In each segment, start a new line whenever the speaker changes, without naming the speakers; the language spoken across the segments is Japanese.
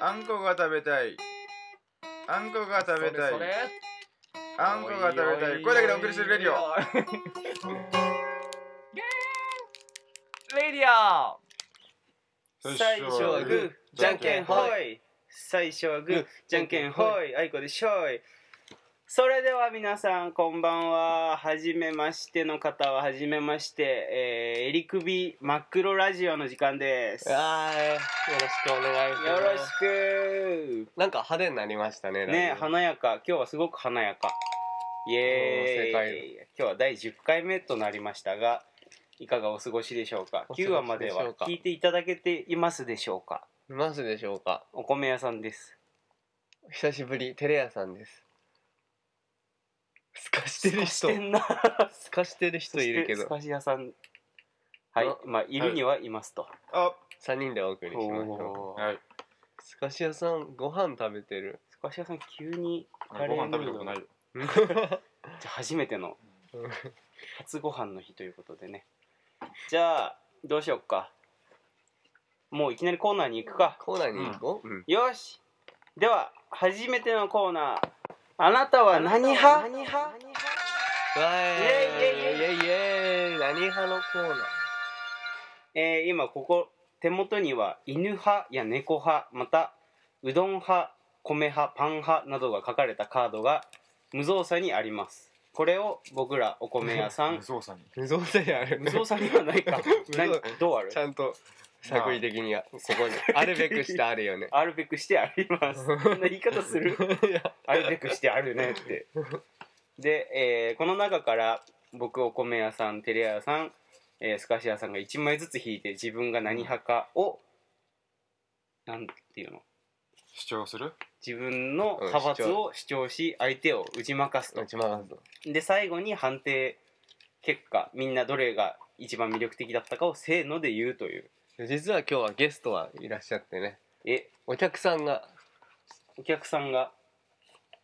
あんこが食べたい。あんこが食べたい
そ。れ
あんこが食べたい。これだけでお送りするレディオ。
レディオ
最初はグーじゃんけんほ
い。
い最初はグーじゃんけんほいあいこでしょいそれでは皆さんこんばんははじめましての方ははじめましてえー、えりくび真っ黒ラジオの時間ですよ
はい、よろしくお願いします。
ろしく
なんか派手になりましたね。
ね
だいぶ
華やか今日はすごく華やかイエ
おー
ーイ今日は第10回目となりましたがいかがお過ごしでしょうか
お過ごしで
9
しょうか
話までは聞いていただけていますでしょうか
いますでしょうか。
お米屋さんです
お久しぶり、テレヤさんです。すかしてる人。
してんな
すかしてる人いるけ
そして
ど、
スパシ屋さんはい
あ
まあいるにはいますと、
あ、
三人でお送りしましょ
おー
はい。
う。すかし屋さん、ご飯食べてる。
スパシ屋さん急に
ご
カレー
飯食べたこと ないよ。
じゃあ初めての
うん
初ご飯の日ということでねじゃあどうしよっかもういきなりコーナーに行くか
コーナーに行こう。うん
よしでは初めてのコーナーあなたは何派何派
わーい、
イ
イエイイエイイエイ、何派のコーナー。
えー今ここ手元には犬派や猫派またうどん派米派パン派などが書かれたカードが無造作にありますこれを僕らお米屋さ ん
無造作に。
無造作やる
無。造作にはない か
無造
何どうある
ちゃんと作為的にはここに あるべくしてあるよ ね。
あるべくしてありますそんな言い方する
いや
あるべくしてあるねってで、えーこの中から僕お米屋さんテレ屋さん、えー、スカシ屋さんが1枚ずつ引いて自分が何派かをなんていうの
主張する
自分の派閥を主張し相手を打ち負かすと
打ち回すぞ
で最後に判定結果みんなどれが一番魅力的だったかをせーので言うという
実は今日はゲストはいらっしゃってね
え
お客さんが
お客さんが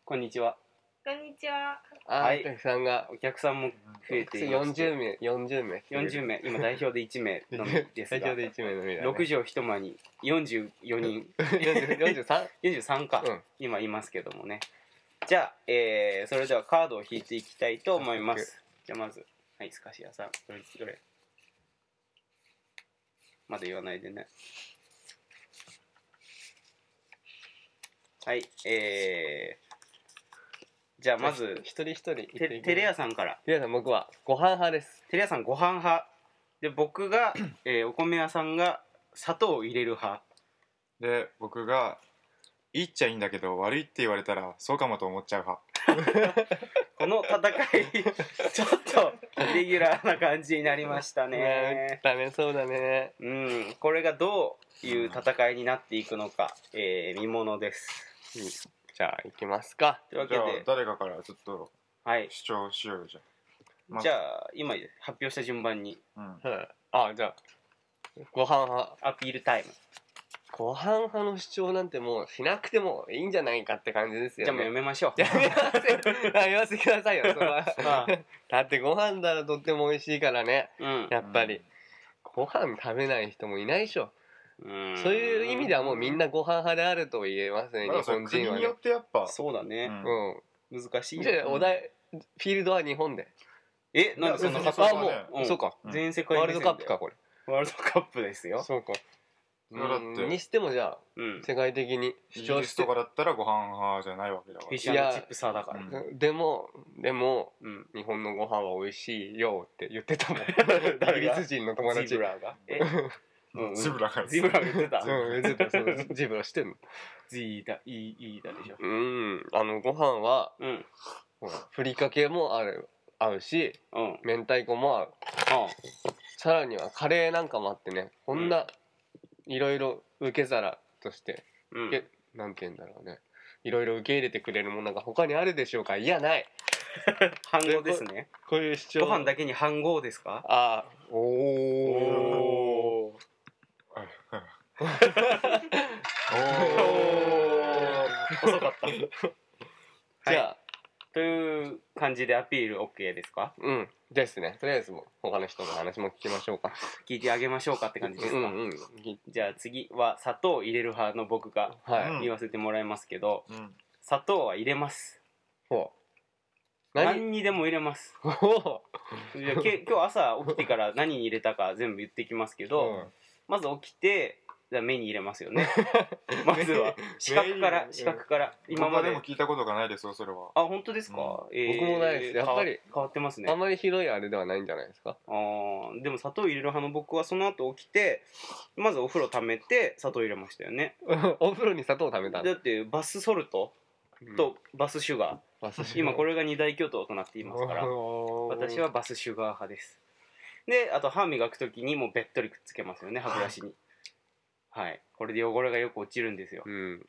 こんにちは
こんにちは。
あ、
はい
お客さんが
お客さんも増えています
40名40名
40名今代表で1名のみで す
最
が
強で1名のみだ、ね、
6畳一間に44人
43?
43か、
うん
今いますけどもねじゃあ、えーそれではカードを引いていきたいと思いますじゃあまずはいスカシアさんどれどれまだ言わないでねはいえー、じゃあまず
一人一人
てテレ
ア
屋さんから
テレアさん僕はご飯派です
テレ屋さんご飯派で僕が、えーお米屋さんが砂糖を入れる派
で、僕が、いいっちゃいいんだけど、悪いって言われたら、そうかもと思っちゃう派。
この戦いちょっとイレギュラーな感じになりました
ね
ね。
ダメそうだね
うん、これがどういう戦いになっていくのか、えー見ものです。
じゃあ行きますか
というわけ
じゃあ
で、
誰かからちょっと
はい、
主張しようよじゃあ。ま
じゃあ今発表した順番に
うん。
うんあじゃあご飯派
アピールタイム。
ご飯派の主張なんてもうしなくてもいいんじゃないかって感じです
じゃあ
よ
もうや
ね
めましょ う。
やめませんやめませんくださいよそれは
まあ、
だってご飯ならとっても美味しいからね
うん
やっぱり、ご飯食べない人もいないでしょ、そういう意味ではもうみん
な
なご飯派であると言えますね
ま
日
あそれ
本人は
国に
ね
よってやっぱ、
そうだ
う
ね、
ん
う
難しい
ん
よ
じゃあお題フィールドは日本で、
えなんでそんな
う
発
う
想
あ
だ
もう
ね、
うん
そうか
うん
全世界
ワー
目
ルドカ
線
ップかこれ
でワールドカップですよ、
そうか
それだって
うんにしてもじゃあ
うん、フ
世界的に
イ
主
ギ
張
リス
して
とかだったらご飯派じゃないわけだか
ィッ
ら。
シュチップサーだから、
いや
でもでも
うん、
日本のご飯は美味しいよって言って たもんイギ
誰
リ
が
ス人の友
ジ
達
ブラがえ、うんうん
ズブラが
ジブラが言ってた
うん言ってたそうジブラしてんの
ジーダイーイーダでしょ
うんあのご飯は
うん
ほらふりかけもある合うし
うん
明太子も合うさらにはカレーなんかもあってねこんないろいろ受け皿として、
うん
けなんて言うんだろうねいろいろ受け入れてくれるものが他にあるでしょうかいやない
反語ですね
こういう主張
ご飯だけに反語ですか
あーおお
お
遅か ったじゃあ、
という感じでアピール OK ですか
うんですねとりあえずもう他の人の話も聞きましょうか
聞いてあげましょうかって感じですか、
うんうんぎ
じゃあ次は砂糖を入れる派の僕が
はい、
うん
言わせてもらいますけど、
うん
砂糖は入れます
ほう何
何にでも入れます
ほ
じゃあけ 今日朝起きてから何に入れたか全部言ってきますけ
う
ど、まず起きてじゃあ目に入れますよ ねまずは視覚か
目
ら
に
視覚から
今
今ま
ま
で
でも聞いたことがないですよそれは
あ本当ですか、えー
僕もないですやっぱり
変わ変わってますね
あんまりひどいあれではないんじゃないです か
あーでも砂糖入れる派の僕はその後起きてまずお風呂溜めて砂糖入れましたよね
お風呂に砂糖を食べた
だってバスソルトとバスシュガー、今こ
れ
れが二大巨頭となっていますから私はバスシュガー派ですであと歯磨く時にもうべっとりくっつけますよね歯ブラシにはいこれで汚れがよく落ちるんですよ
うん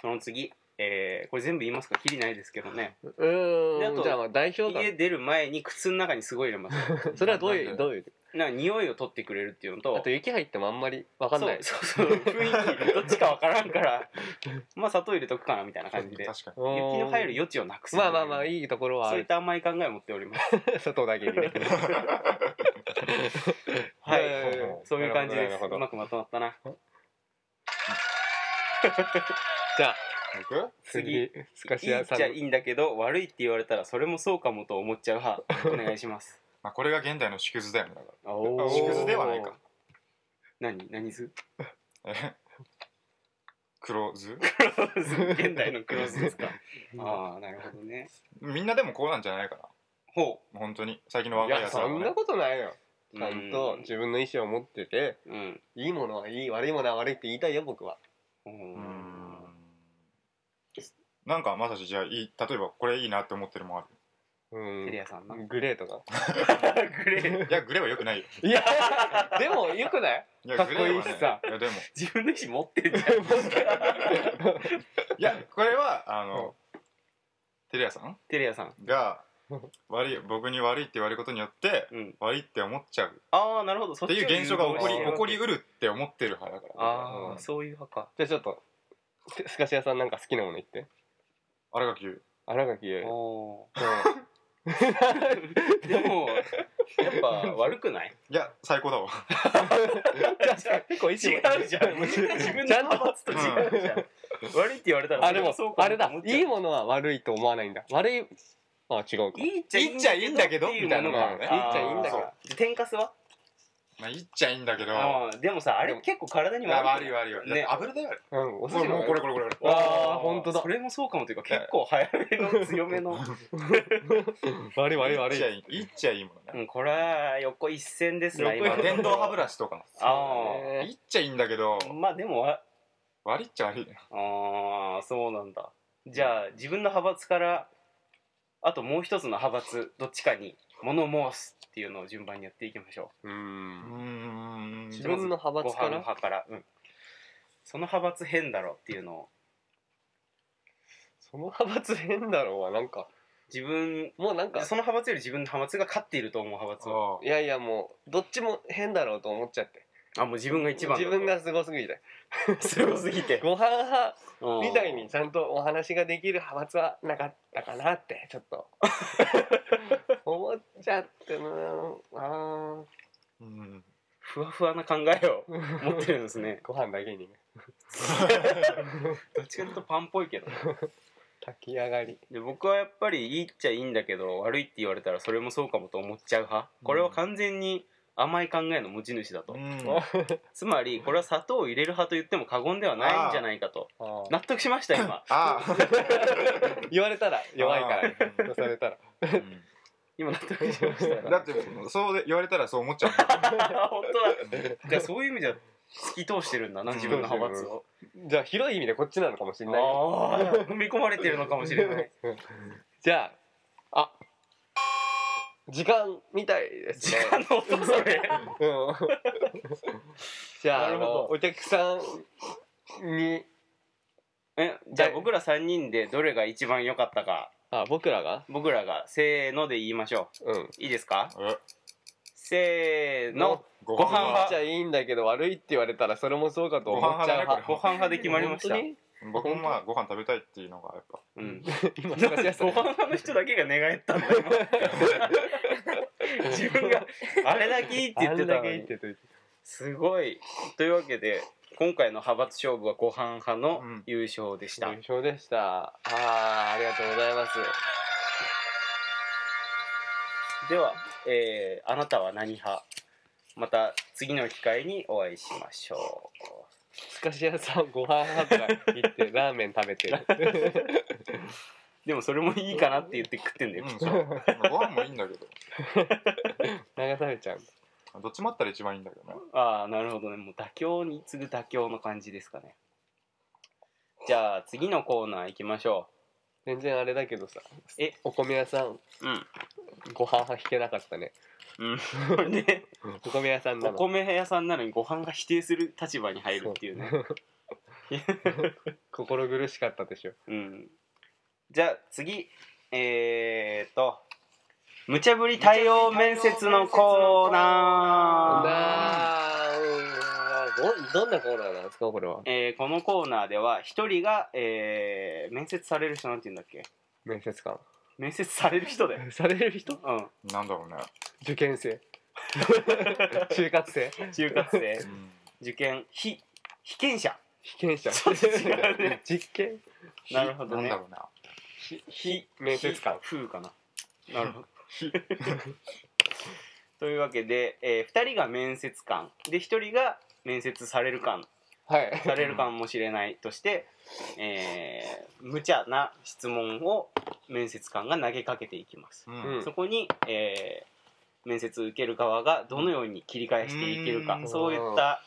その次えーこれ全部言いますかきりないですけどね
う
であ
ーん
と
じゃあまあ代表
家
だ
出る前に靴の中にすごい入れます
それはどうい
な
う
で
んどういう
なんか匂いを取ってくれるっていうのと
あと雪入ってもあんまりわかんない
そうそうそう雰囲気どっちかわから んからまあ砂糖入れとくかなみたいな感じで
確かに
おー
雪の入る余地をなくす
まあまあまあ
い
いいところはあ
そういっ
る
た甘い考えを持っております
砂糖だけにね
は
や
い
やや
そういう感じで
なる
す
ほど
う
なる
ま
ほど
くまとまったな
じゃあ
僕
次スカ
い
シ
い
ア
っ
さん
ちゃいいんだけど悪いって言われたらそれもそうかもと思っちゃう 派お願いします
まあこれが現代の縮図だよねだか
おー
縮図ではないか
何何図
ら え黒図
現代のクロスですか ああなるほどね
みんなでもこうなんじゃないかな
ほ
本当に最近の
い
若い
や
やつら
そ
は
ん
ね
なことないよ
う
ちゃんと自分の意思を持ってて
うん
いいものはいい悪いものは悪いって言いたいよ僕は
う
う
んんなんかまさしじゃあいい例えばこれいいなって思ってるもんあ
う
テリ
ん
アさんな
グレー とか
グレー
るいやグレーはよくないよ
いやでもよくない
いや
かっこいい
グレーはね
しさ
いやでも
自分の意思持ってんじゃん
いやこれはあのテレアさん
テリアさん
が悪い僕に悪いって言われることによって
うん
悪いって思っちゃう
ああなるほどそ
っていう現象が起こり
そっちを誘導してる
起こりうるって思ってる派だから
ああ、
うん
そういう派か
じゃあちょっとススカシアさんなんか好きなもの言って
あれが急
荒垣結衣
お
うん
ー でもやっぱ悪くない
いや最高だわ
結構意思
違
も
うじゃん自分
ち
の
ゃん
派
と
閥と違うじゃん悪いって言われたら
あでも
それはそうか
あれだ
思っちゃう
いいものは悪いと思わないんだ悪いあ違うか
いいっちゃ
いいっちゃいいんだけど
いいんだけどっていうものか
みた
いないいっ
あー
ちゃいいんだけど
そう天かすは
まあ言っちゃいいんだけど
あーでもさあ
で
れ
も
結構体に
いや悪い
わ
悪い悪いい
ね
や油だよあれ
うんお寿
もう
司の
もうこれこれこれこれ
ああ本当だ
それもそうかもというか結構早めの強めの、
悪い悪
言
い
っ
悪い
ちゃいい言っちゃいいもの
う
ね
ん、これは横一線ですな
横一
今
線
電
の
動歯ブラシ とか
ああ
言っちゃいいんだけど
まあでもわ
悪いっちゃ悪いね
ああそうなんだじゃあ自分の派閥からあともう一つの派閥どっちかに物申すっていうのを順番にやっていきましょ
う
うんん
自分の派
うご飯
閥か
の
ら
派から、うん、その派閥変だろっていうのを
その派閥変だろうはなんか
自分
もうなんか
その派閥より自分の派閥が勝っていると思う派閥
そ
を
う
いやいやもうどっちも変だろうと思っちゃって
あもう自分が一番だ
自
と
分がすごすぎて
すごすぎ て
ご飯派
うん
みたいにちゃんとお話ができる派閥はなかったかなってちょっ と思っちゃってなあ
うん
ふわふわな考えを持ってるんですね
ご飯だけにね
どっちかというとパンっぽいけど
炊き上がり
で僕はやっぱりいいっちゃいいんだけど悪いって言われたらそれもそうかもと思っちゃう派これは完全に甘い考えの持ち主だと、
うん
つまりこれは砂糖を入れる派と言っても過言ではないんじゃないかと
あー
納得しました今
ああ
言われたら 弱いからね
あー
押されたら
う
今 納得しましたよ
んだってそうで言われたらそう思 っちゃうんだよ
本当だじゃあそういう意味じゃ突き通してるんだな自分の派閥を
じゃあ広い意味でこっちなのかもしれない
ああ踏み込まれてるのかもしれない
じゃああ時間みたいです
時
ね
間の音それ
うんじゃあ
な
あ
るほど
のお客さんに
えじゃあ僕ら3人でどれが一番良かったか
あ僕らが
僕らがせーので言いましょ
うん
ういいですか
え
せーの
ご
飯は
じゃあいいんだけど悪いって言われたらそれもそうかと
ご
思
飯
っちゃう
派だね
派
こ
ご飯派で決まりました
本
僕もまあご飯食べたいっていうのがやっぱ
うん。
今
だ
探
か
し出
ら
した
ご
ね
飯の人だけが寝返ったんだよ。今自分があれだけいいって言ってた
あんだ
の
けいい
に
って。言ってた
すごい。というわけで今回の派閥勝負はご飯派の
うん
優勝でした。
優勝でしたあーありがとうございます
では、えーあなたは何派また次の機会にお会いしましょ
すかし屋さんご飯派とか言ってラーメン食べてる
うでもそれもいいかなって言って食ってんだ
う
よ、
んそう まあご飯もいいんだけど
流されちゃうんだ
どっちもあったら一番いいんだけどね
ああなるほどねもう妥協に次ぐ妥協の感じですかねじゃあ次のコーナー行きましょ
全然あれだけどさ
え
お米屋さん
ううん
ご飯派引けなかったね
うん で
お米屋さんな
お
の
米屋さんなのにご飯が否定する立場に入るっていうね
心苦しかったでしょ
うんじゃあ次えー、っと無茶ぶり対応面接のコーナー
なあーどどんなコーナーなんですかこれは
えーこのコーナーでは一人が、えー面接される人なんて言うんだっけ
面接官
面接される人だよ、
される人
う
なんだろうね、
受験生就活生
ん、就活生
うん
受験非被験者
被験者
ちょっと違うね
実験
なるほど
なん
ね
だろうな
非非面接官
風かななるほど というわけで、え2人が面接官で1人が面接される官
はい
されるかもしれないとして、えー無茶な質問を面接官が投げかけていきます
う
うん
ん
そこに、えー面接受ける側がどのように切り返していけるか
うん
そういった、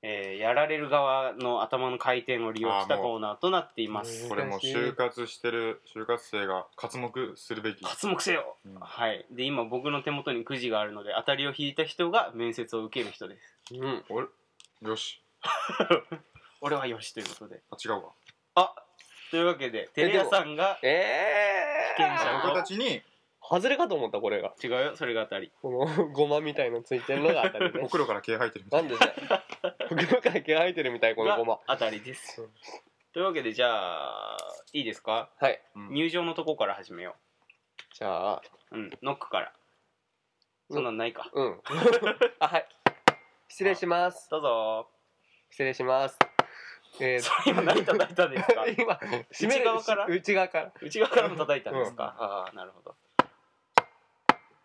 えーやられる側の頭の回転を利用した
あーもう
コーナーとなっています
これもう就活してる就活生が活目するべき
活目せよ、
うん
はいで今僕の手元にくじがあるので当たりを引いた人が面接を受ける人です
うん
俺よし
俺はよしということで
あ違うわ
あというわけでテレ屋さんが
ええ
被験者
僕たちに
外れかと思ったこれが
違うよそれが当たり
この ゴマみたいのついてるのが当たり
お
ね
風呂から毛生えてるみた
ないんでじゃ袋から毛生えてるみたいこの
が
ゴマ
当たりです
うん
というわけでじゃあいいですか
はい
うん
入場のとこから始めよう
じゃあ
うん、ノックから。そんなんないか。
うん あはい失礼します
どうぞ
失礼しますえ
ー。それ今何叩いたんですか
ー、 今閉め
内
る
側から
内側から
内側からも叩いたんですか、ああ、なるほど。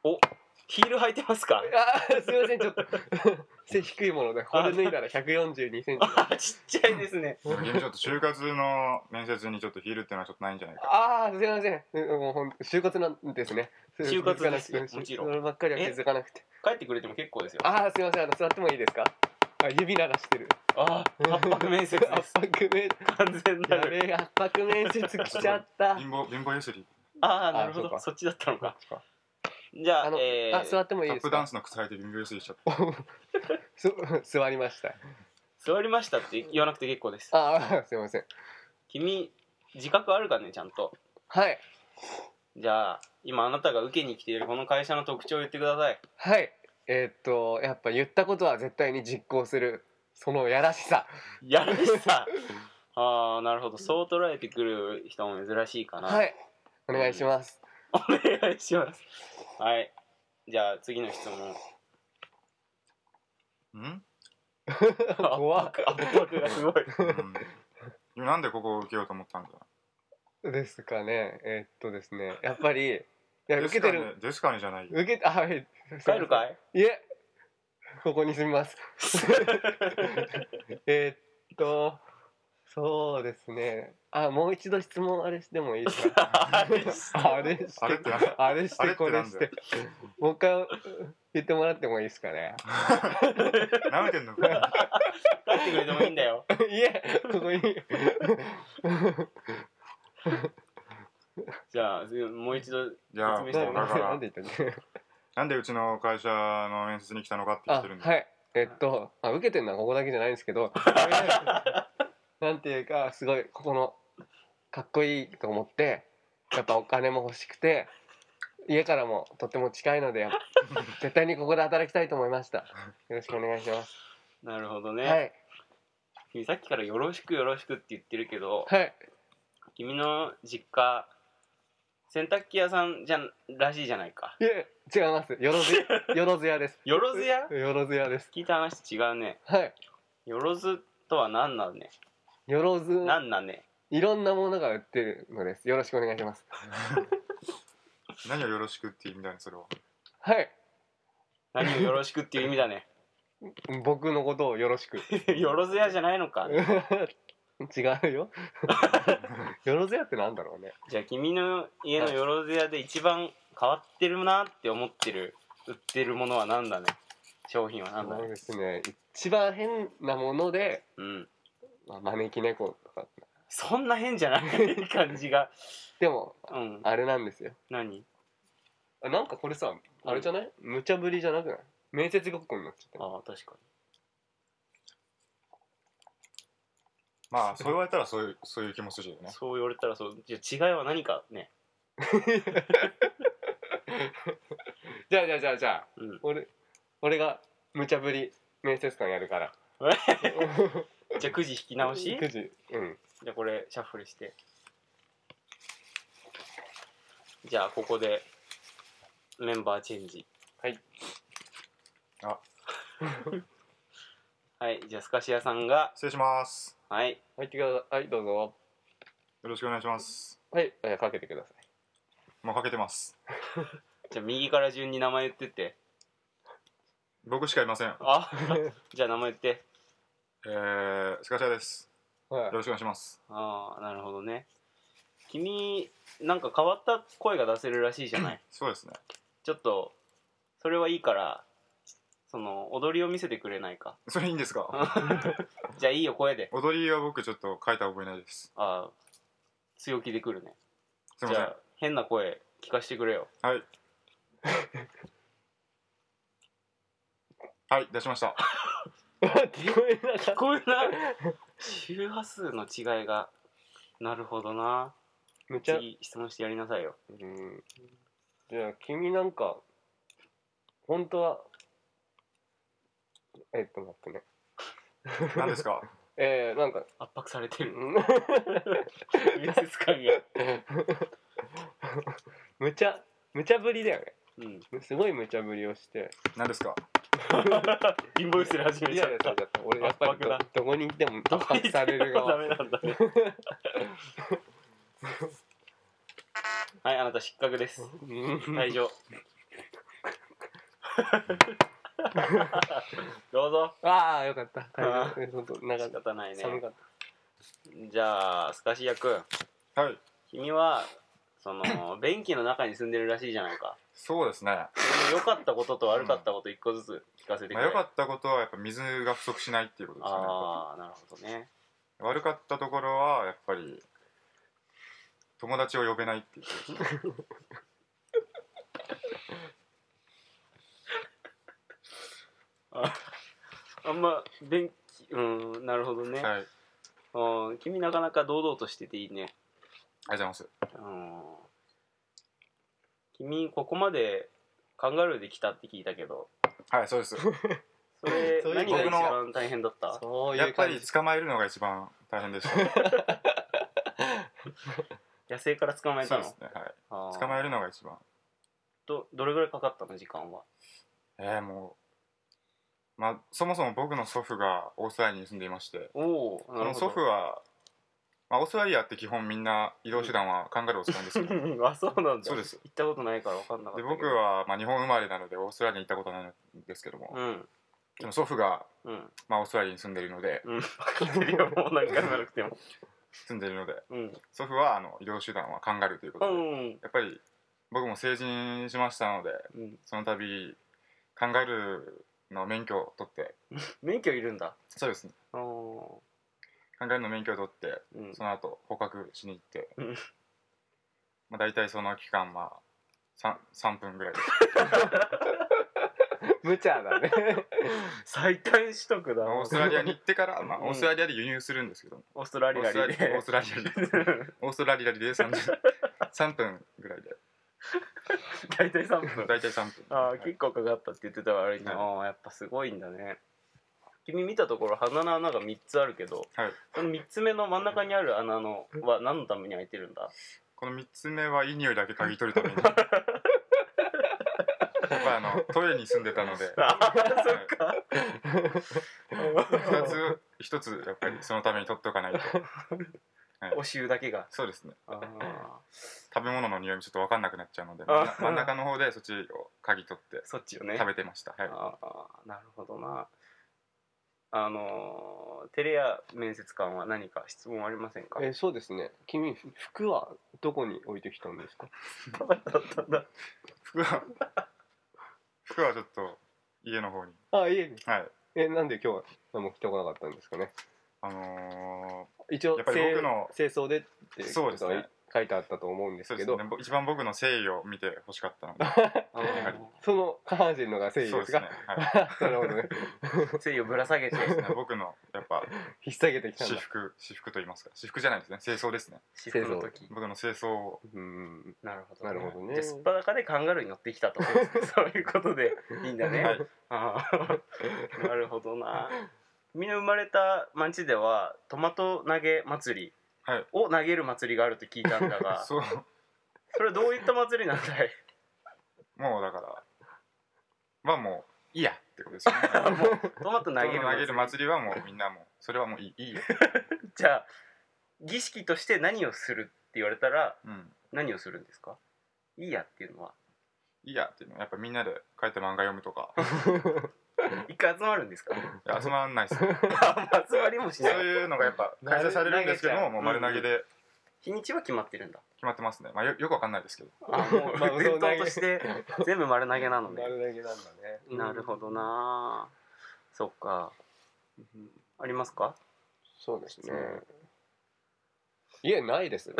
おヒール履いてますか
あーすいませんちょっと 背低いものでこれ脱 いだら142センチ
あー ちっちゃいですね。
な君ちょっと就活の面接にちょっとヒールっていうのはちょっとないんじゃないか
ああすいませんうんもうほん就活なんですね
就活ですよ
気づかなくて
もちろん
そればっかりは気づかなくて
帰ってくれても結構ですよ。
ああすいませんあの座ってもいいですかあ指鳴らしてる
ああ、圧迫面接で
圧
す。
迫面
完全な
や
る。
べえ圧迫面接来ちゃ った
貧乏貧乏ゆすり
ああ、なる
あーそ
ほ
う
ど。
か
そっちだったのか。
そっか
じゃあ、
あの、
え
あ座
ー、
っても
タ
いいで
ッ
す
プダ
か
ンスの靴履いて貧乏ゆすりしちゃっ
す座りました
座りましたって言わなくて結構です。
ああすいません
君、自覚あるかね、ちゃんと。
はい
じゃあ、今あなたが受けに来ているこの会社の特徴を言ってください。
はいえーっとやっぱ言ったことは絶対に実行するそのやらしさ
やるし さああなるほどそう捉えてくる人も珍しいかな
はいいお願いします
お願いしますはいじゃあ次の質 問
たん
怖っ
圧迫圧迫がすごい
うん今なんでここを受けようと思ったんだ
ですかねえーっとですねやっぱりいや受
デス
け
カ
て
ネ
る
デスカネじゃないよ
受けてあはい
帰る かい
いえここに住みますえーっとそうですねあもう一度質問あれしてもいいですか
あれし
あれして
あれってなんだ
あれし
あれ
て
って
こ
な
れ
ん
し
だよ
てもう一回言ってもらってもいいですかね
舐めてんのか
帰ってくれてもいいんだよ
いえこ こに
じゃあもう一度
いや
説明して
だ
も
から
な
ら
んで言ったの
なんでうちの会社の面接に来たのかって言っ
あ
てるんだ
はいえっと、まあ、受けてるのはここだけじゃないんですけどなんていうかすごいここのかっこいいと思ってやっぱお金も欲しくて家からもとっても近いのでやっぱ絶対にここで働きたいと思いましたよろしくお願いします
なるほどね、
はい
君さっきからよろしくよろしくって言ってるけど、
はい
君の実家、洗濯機屋さんじゃんらしいじゃないか。
いえ違いますよろずよろず屋です
よろず屋
よろず屋です
聞いた話違うね。
はい
よろずとは何なのね。
よろず
何なね。
いろんなものが売ってるのですよろしくお願いします
何をよろしくっていう意味だねそれは
はい
何をよろしくっていう意味だね。
僕のことをよろしく
よろず屋じゃないのか。
違う よよろず屋ってなんだろうね
じゃあ君の家のよろず屋で一番変わってるなって思ってる、売ってるものは何だね。商品は何だ
そう
ね。
ですね一番変なもので、
うん。
まあ、招き猫とか
そんな変じゃない感じが。
でも
うん。
あれなんですよ
何
あなんかこれさあれじゃない無茶ぶりじゃなくない面接ごっこになっちゃっ
ああ、確か
まあそう言われたらそういうそういう気もするよ
に。
ね
そう言われたらそう。じゃあ違いは何かね。
たじゃあじゃあじゃあじゃあ
うん。
俺俺が無茶ぶり面接官やるから
じゃあくじ引き 直し
9時うん
じゃあこれシャッフルしてじゃあここでメンバーチェンジ
はい
あ
はいじゃあスカシアさんが
失礼します
はい
入ってくださいはいどうぞ
よろしくお願いします
はいえかけてください
もうかけてます
じゃあ右から順に名前言ってって
僕しかいません
あじゃあ名前言って
えー、スカシャです
はい
よろしくお願いします
ああなるほどね君なんか変わった声が出せるらしいじゃない
そうですね
ちょっとそれはいいからその踊りを見せてくれない か
それいいんですか
じゃあいいよ声で
踊りは僕ちょっと書いた覚えないです
ああ強気でくるね
すいま
じ
せ
ゃ
ん
あ変な声聞かせてくれよ
はい。はい、出しました。
聞こえなかっ
聞こえない周波数の違いがなるほどな
無 茶
次質問してやりなさいよ
うんじゃあ君なんか本当はえっと待ってね
何ですか。
えー、なんか
圧迫されて
う
る
ん
面接官が
無茶無茶ぶりだよね
うん
すごい無茶ぶりをして
何ですか。
インボイスで始め
い
ちゃ
やい
っ
や
た
そうだった俺やっぱ
圧
り
迫だ
どどこに行っても
ど
圧
こ
迫
に行って
される
もダ
側
メなんだねはいあなた失格です
うん
退場どうぞ
ああよかった
あ
ちょっと長
仕
かっ
方ない
た
ね
寒かっ
じゃあスカシヤ君
はい。
君はその便器の中に住んでるらしいじゃないか
そうですね。
それの良かったことと悪かったこと一個ずつ聞かせてく
まあ、
れ、
良かったことはやっぱ水が不足しないっていうことですよね。
ああなるほどね
悪かったところはやっぱり友達を呼べないっていうことですね。
あんま便器うんなるほど
は
ね、
い。ありが
うん君なかなか堂々としてていいね
とうございます。
うん君ここまでカンガルーで来たって聞いたけど
はい、そうです。
それ
そういう
何が一
僕の
番大変だったた
そう
や
い
っ
う
ぱ
感
り
じ
捕まえるのが一番大変でした。
野生から捕まえ
そ
た
う
の
ですね。はい。
あー
捕まえるのが一番。
どどれぐらいかかったの時間は
えー、もう。まあ、そもそも僕の祖父がオーストラリアに住んでいまして、
おお
そ
なる
の
ほど
祖父は、まあ、オーストラリアって基本みんな移動手段はカンガルーを使うんですけど、
うん あそうなんだ
そうです
行ったことないから分かんなかった
で
けど
僕は、まあ、日本生まれなのでオーストラリアに行ったことないんですけども、
うん
でも祖父が、
うん
まあ、オーストラリアに住んでいるので
うん分かってるよもう何回もなくても
住んでいるので
うん
祖父はあの移動手段はカンガルーというこ
う
とで、や
ん
っぱり僕も成人しましたので
うん
その度カンガルーの免許を取って
免許いるんだ
そうですね
あー
カンガルーの免許を取って
うん
その後捕獲しに行って、
うん
まあ、大体その期間まあ 3, 3分ぐらい です
無茶だね
最短取得だ
まあオーストラリアに行ってから、まあ、
うん
オーストラリアで輸入するんですけど、
オーストラ
オ
リ
ース
ア
トラ
で
リアオーストラリアで オーストラリアで30 3分ぐらいで
大体3分
大体3分
あ
は
あ
い
結構かかったって言ってたわ悪いな
はい
ああやっぱすごいんだね君見たところ鼻の穴が3つあるけど、
はい
その3つ目の真ん中にある穴のは何のために開いてるんだ
この3つ目はいい匂いだけ嗅ぎ取るために 僕はあのトイレに住んでたの で
あ
そっ
か
2つ一つやっぱりそのために取っておかないと
お臭だけが
そうですね
あ
食べ物の匂いもちょっと分かんなくなっちゃうので
あ
真ん中真ん中の方でそっちを嗅ぎ取って
そっちよね
食べてましたはい
ああなるほどなあのーテレア面接官は何か質問ありませんか
えそうですね君ふ服はどこに置いてきたんですか
服は 服はちょっと家の方に
あ家に
はい
えなんで今日は何も着てこなかったんですかね
あの
一応
やっぱり
清
僕の
清掃でっていう
そう
こ
です
とは
ね
書いてあったと思うんで
ー
す
そう
け
です
ど
ねぼ一番僕の誠意を見て欲しかったので
あ
その下半身のが誠意
そうです
で
す
が
ね、はい、
なるほどね
の誠意をぶら下げて
そうですね僕のやっぱ
引っ提げてきたん
私
だ
服私服と言いますか私服じゃないですね清掃ですね
私服の時
僕の清掃を
うん
なるほど
な
ね、
るほどね
じゃあすっぱだかでカンガルーに乗ってきた とそういうことでいいんだね、
はい
ああなるほどなみんな生まれた町ではトマト投げ祭り
はい
を投げる祭りがあると聞いたんだが、
そう
それはどういった祭りなんだい
もうだからまあもういいやってことですよね
もうトマト
投
投げ
げ る
る祭
投
り
げる祭りはもうみんなもうそれはもういいいいよ、
じゃあ儀式として何をするって言われたら
うん、
何をするんですかいいやっていうのはい
いやっていうのはやっぱみんなで書いて漫画読むと か
一回集まる んですか
いや集まんないです ね
あんま集まりもし
そう
ない
いうのがやっぱ開催されるんですけど
投げち
も
ゃう
もう丸投げで
日にちは決まってるんだ
決まってますね、まあ、よよくわかんないですけど
あも う
まあ
伝統として全部丸投げなのね
丸投げなんだね
なるほどなそっかありますか
そうですね家ないです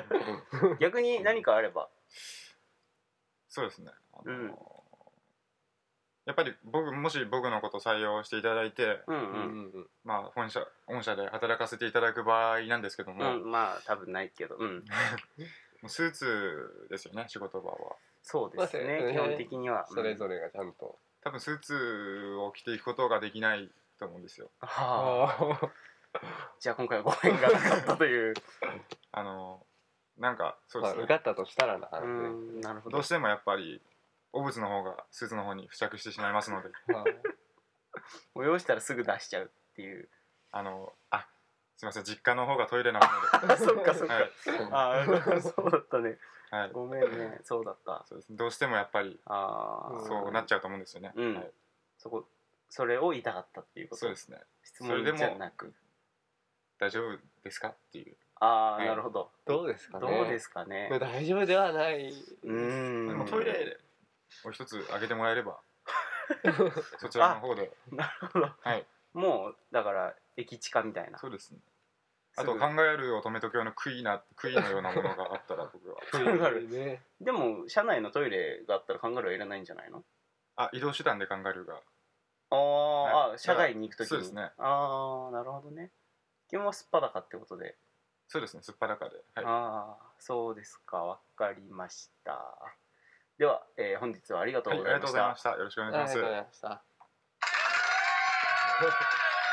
逆に何かあれば
そうですね、あのー
うん
やっぱり僕もし僕のことを採用していただいて、
うん
う
う
んん
まあ、本社本社で働かせていただく場合なんですけど
う
も、
ん、まあ多分ないけどうん
もうスーツですよね仕事場は
そうです
まあ
ね基本的には
それ
れ
ぞれがちゃんと
多分スーツを着ていくことができないと思うんですよ
はあ
ああ
じゃあ今回はご縁がなかったという
あのなんかそう
ま
で
あ
すね
受、かったとしたらな
う
話ね
んなるほ
ど
ど
うしてもやっぱり汚物の方がスーツの方に付着してしまいますので
催したらすぐ出しちゃうっていう
あのあすいません実家の方がトイレなの
あそっ かそっ
で、
か、
はい
ああそうだったね
はい、
ごめんねそうだった
そうですねどうしてもやっぱり
ああ
そうなっちゃうと思うんですよね、
うん
はい、
そこそれを言いたかったっていうこと
そうですね
質問じゃなく
大丈夫ですかっていう、
ああ、
はい
なるほど
どうですかね
どうですすかね
ね大丈夫ではないう
ー
で
ん
もトイ レを一つあげてもらえればそちらの方で
もうだから駅地下みたいな
そうですね
す
あ
ぐ
と考える乙女と教のクイナクイのようなものがあったら 僕は
がる
ね
でも車内のトイレがあったらカンガルーはいらないんじゃないの
あ移動手段で考えるが
あー、
はい
あ車外に行くときに
そうですね
ああなるほどね君はすっぱだかってことで、
そうですねすっぱらかで、はい、
ああそうですかわかりましたでは、えー本日はありがとう
はいあ
ご
り
ざ
が
い
と
ま
うございましたよろ
した、
しくお
あ
願
り
いします
がとうございました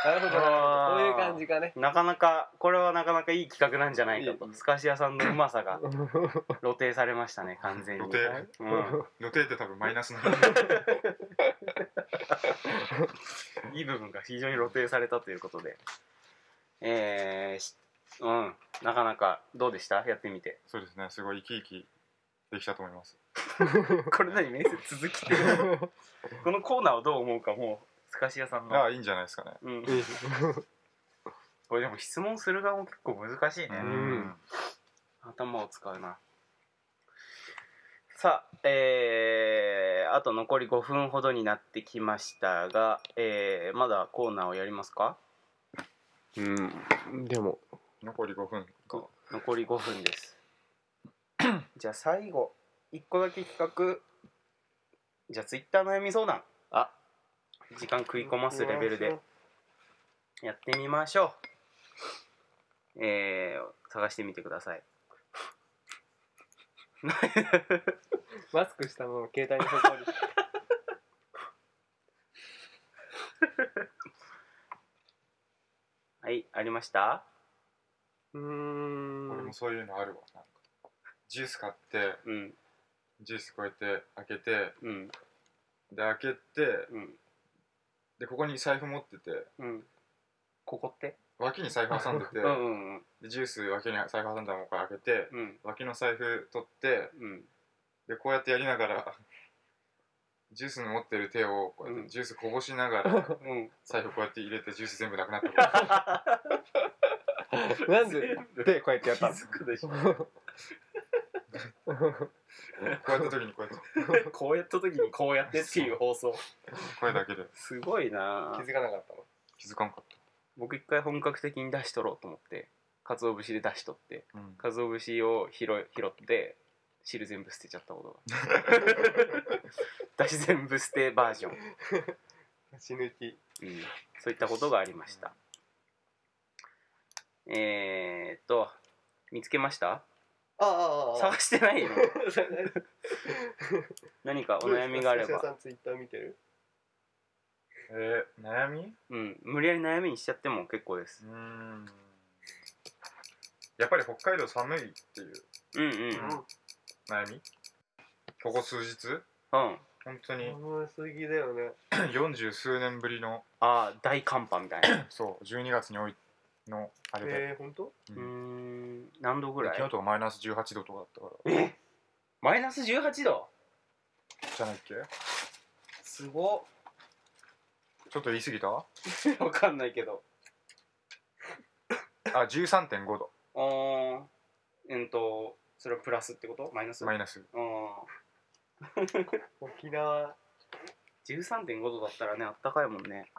なるほどなるほどこういう感じかね
なかなかこれはなかなかいい企画なんじゃないかと
いい
スカシアさんのうまさが露呈されましたね完全に
予定
うん
予定って多分マイナスの
いい部分が非常に露呈されたということで、えーしうん、なかなかどうでしたやってみ て。
そうですねすごい生き生きできたと思います
これ何面接続きって このコーナーをどう思うかもう、スカシアさん
あ
の。
あいいんじゃないですかね
うん、 これでも質問する側も結構難しいね。
うん
頭を使うな。さあ、えー、あと残り5分ほどになってきましたが、えー、まだコーナーをやりますか
うんでも
残り5分か
残り5分です じゃあ最後1個だけ企画じゃあツイッター悩み相談
あ
時間食い込ますレベルでやってみましょうえー、探してみてください
マスクした まま携帯にそこに
はいありました
うー
俺も
ん
そういうのあるわなんかジュース買って
うん
ジュースこうやって開けて
うん
で開けて
うん
でここに財布持ってて
うん
ここって
脇に財布挟んでて
うんうん
でジュース脇に財布挟んだのから開けて
うん
脇の財布取って
うん
でこうやってやりながらジュースの持ってる手をこうやっ
うん
てジュースこぼしながら
うん
財布こうやって入れてジュース全部なくな ったこと
なんででこうやってやったの
づくでしょ
こうやった時にこうやって
こうやった時にこうやってっていう放送
声だけです
ごいな
気
ぁ
づかなかったの
気づかんかっ
僕一回本格的に出しとろうと思って鰹節で出しとって
た、うん、
鰹節を拾い拾って汁全部捨てちゃったこと が出汁全部捨てバージョン、うん、
死ぬ気
そういったことがありましたえー、っと見つけました
ああああ
探してないよ何かお悩みがあれば、
さんツイッター見てる
えー、悩み
うん、無理やり悩みにしちゃっても結構です
うーんやっぱり北海道寒いっていう
うんうん
悩みここ数日
うん
本当に
寒すぎだよね
40数年ぶりの
ああ大寒波みたいな
そう12月においのあれで、
えー、本当
うーん何度ぐらい
昨日とかマイナス18度とかだったから
えマイナス18度
じゃないっけ
すご
ちょっと言い過ぎたあ
っ わかんないけど
13.5度
あーうんとそれはプラスってことマイナス
マイナス
あー
沖縄
13.5度だったらねあったかいもんね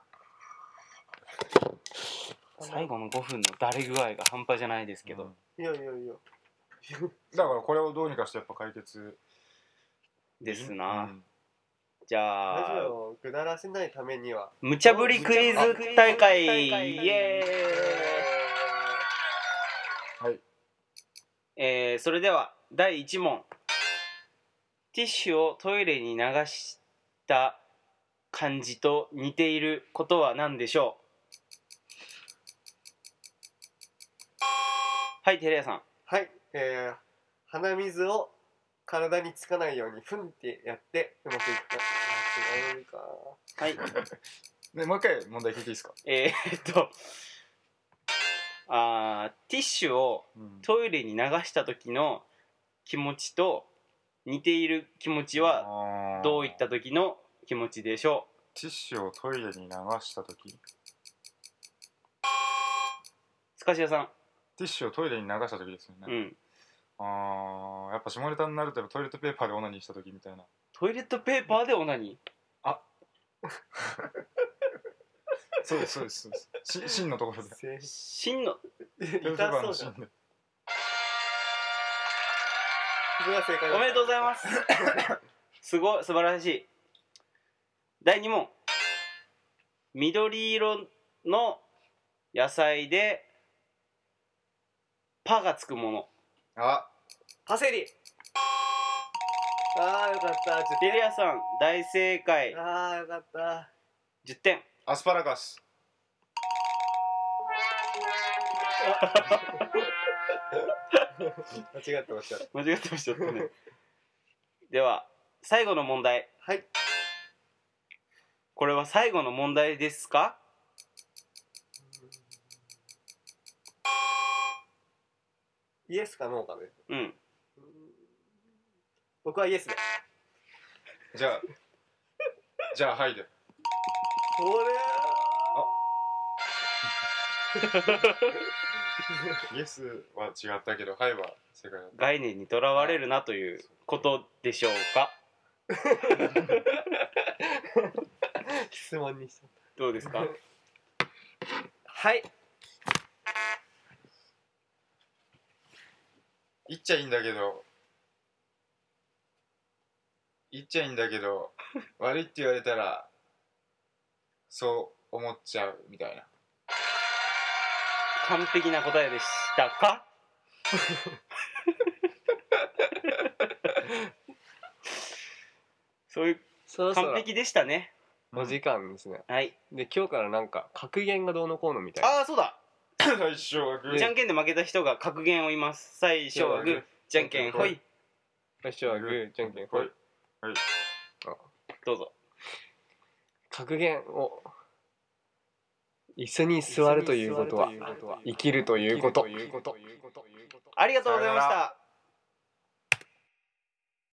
最後の5分のだれ具合が半端じゃないですけど、
うん
いやいやいや
だからこれをどうにかしてやっぱ解決
ですな、
うん
ラ
じ
ジ
ゃあ
オをくだらせないためには
無茶ぶりクイズ大会イエーイ
はい
えー、それでは第1問ティッシュをトイレに流した感じと似ていることは何でしょうはいテレヤさん
はい、えー、鼻水を体につかないようにふんってやってうまくいくかあ違うか
はい
ねもう一回問題聞いていいですか、
えー、っとあーティッシュを
うん
トイレに流した時の気持ちと似ている気持ちは
あー
どういった時の気持ちでしょ
ティッシュをトイレに流した時
うスカシアさ
ティッシュをトイレに流した時ですよね、
ん、うん、
あーやっぱ下ネタになるとトイレットペーパーでオナニーした時みたいな
トイレットペーパーでオナニ
そうですそうですそうですし芯のところで
ー真の
痛そう
トイレットペーパーの
じゃん
芯で
それが正解
おめでとうございますすごい素晴らしい第2問緑色の野菜で「パ」がつくもの
あ
パセリあーよかった10
テレアさん大正解
点あーよかった
10点
アスパラガス
間違ってました
間違ってましたねでは最後の問題
はい
これは最後の問題ですか
イエスかノーかね
うん
僕はイエスで
じゃあじゃあはいで
これ
イエスは違ったけどはいは正解だっ
概念にとらわれるなということでしょうか
質問にした
どうですか
はい
言っちゃいいんだけど言っちゃいいんだけど悪いって言われたらそう思っちゃうみた いな
完璧な答えでした かそういう
そろそろ
完璧でしたね
お時間ですね
はい
で今日からなんか格言がどうのこうのみたいな
ああそうだ
最初はグ
じゃ
ー
んけんで負けた人が格言を言います最初はグーじゃんけんほい
最初はグーじゃんけんほい
どうぞ
格言を椅子に座るということは
椅子に座るということは
生きるということ
ありがとうございました